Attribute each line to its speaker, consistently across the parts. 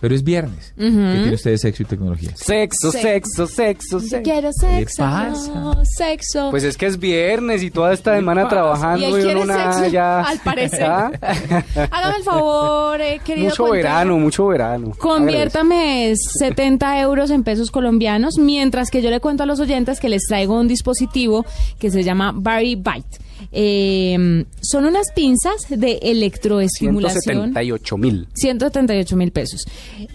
Speaker 1: Pero es viernes. ¿Qué tiene ustedes sexo y tecnología?
Speaker 2: Sexo, sexo, sexo, sexo.
Speaker 3: Quiero sexo.
Speaker 1: pasa?
Speaker 3: Sexo.
Speaker 2: Pues es que es viernes y toda esta semana
Speaker 3: y
Speaker 2: trabajando
Speaker 3: él
Speaker 2: y
Speaker 3: quiere
Speaker 2: uno nada
Speaker 3: sexo,
Speaker 2: ya.
Speaker 3: al parecer.
Speaker 2: ¿Ah?
Speaker 3: Hágame el favor, eh, querido.
Speaker 2: Mucho
Speaker 3: cuenta-
Speaker 2: verano, mucho verano.
Speaker 3: Conviértame 70 euros en pesos colombianos, mientras que yo le cuento a los oyentes que les traigo un dispositivo que se llama Barry Bite. Eh, son unas pinzas de electroestimulación.
Speaker 2: 178 mil.
Speaker 3: 138 mil pesos.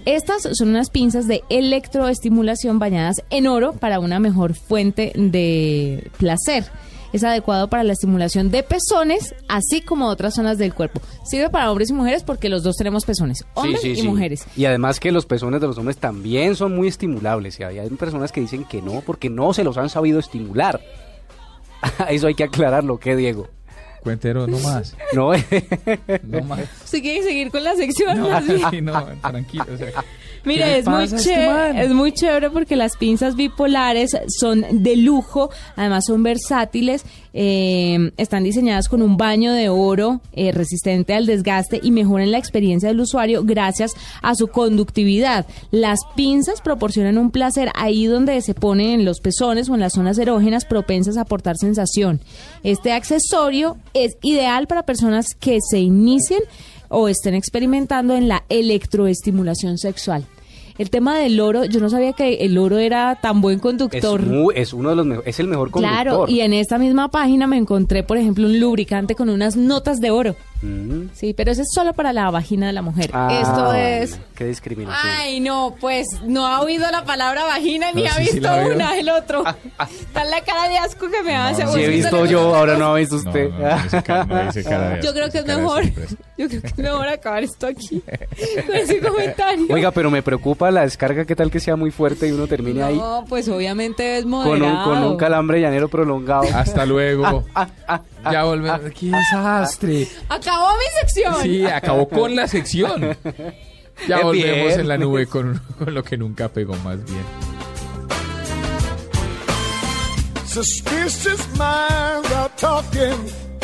Speaker 3: Estas son unas pinzas de electroestimulación bañadas en oro para una mejor fuente de placer. Es adecuado para la estimulación de pezones, así como otras zonas del cuerpo. Sirve para hombres y mujeres porque los dos tenemos pezones, hombres y mujeres.
Speaker 2: Y además que los pezones de los hombres también son muy estimulables. Y hay hay personas que dicen que no, porque no se los han sabido estimular. Eso hay que aclararlo, ¿qué, Diego?
Speaker 1: Cuentero, no más.
Speaker 2: No,
Speaker 1: No más.
Speaker 3: ¿Se quieren seguir con la sección?
Speaker 1: No,
Speaker 3: más bien?
Speaker 1: sí, no, tranquilo. o sea, ¿qué
Speaker 3: Mire,
Speaker 1: le
Speaker 3: es muy,
Speaker 1: pasa a este man?
Speaker 3: chévere, es muy chévere porque las pinzas bipolares son de lujo, además son versátiles, eh, están diseñadas con un baño de oro eh, resistente al desgaste y mejoran la experiencia del usuario gracias a su conductividad. Las pinzas proporcionan un placer ahí donde se ponen en los pezones o en las zonas erógenas propensas a aportar sensación. Este accesorio es ideal para personas que se inicien o estén experimentando en la electroestimulación sexual. El tema del oro, yo no sabía que el oro era tan buen
Speaker 2: es,
Speaker 3: conductor.
Speaker 2: muy- es uno de los mejo- es el mejor conductor.
Speaker 3: Claro, y en esta misma página me encontré, por ejemplo, un lubricante con unas notas de oro.
Speaker 2: Mm.
Speaker 3: Sí, pero ese es solo para la vagina de la mujer.
Speaker 2: Ah,
Speaker 3: Esto es...
Speaker 2: bueno, Qué discriminación.
Speaker 3: Ay, no, pues no ha oído la palabra vagina ni
Speaker 1: No,
Speaker 3: ha
Speaker 1: sí, sí
Speaker 3: visto
Speaker 1: la veo.
Speaker 3: una, el otro.
Speaker 2: Ah,
Speaker 3: Está en la cara de asco que me hace. pues,
Speaker 1: no,
Speaker 2: Si he
Speaker 3: Bueno,
Speaker 2: visto
Speaker 3: solo-
Speaker 2: yo, ahora no ha visto
Speaker 1: No,
Speaker 2: usted.
Speaker 1: no, no dice cara- no dice cara de
Speaker 3: Yo creo
Speaker 1: asco,
Speaker 3: que es
Speaker 1: dice cara de
Speaker 3: mejor.
Speaker 1: sorpresa.
Speaker 3: Yo creo que es mejor acabar esto aquí. Con ese comentario.
Speaker 2: Oiga, pero me preocupa la descarga, qué tal que sea muy fuerte y uno termine ahí
Speaker 3: No, pues obviamente es
Speaker 2: con
Speaker 3: moderado.
Speaker 2: un, con un calambre llanero prolongado.
Speaker 1: Hasta luego. Ya volvemos. ¡Qué desastre!
Speaker 3: Acabó mi sección.
Speaker 1: Sí, acabó con la sección. Ya
Speaker 2: Es
Speaker 1: volvemos en la
Speaker 2: viernes.
Speaker 1: nube con, con lo que nunca pegó más bien.
Speaker 4: Suspicious minds are talking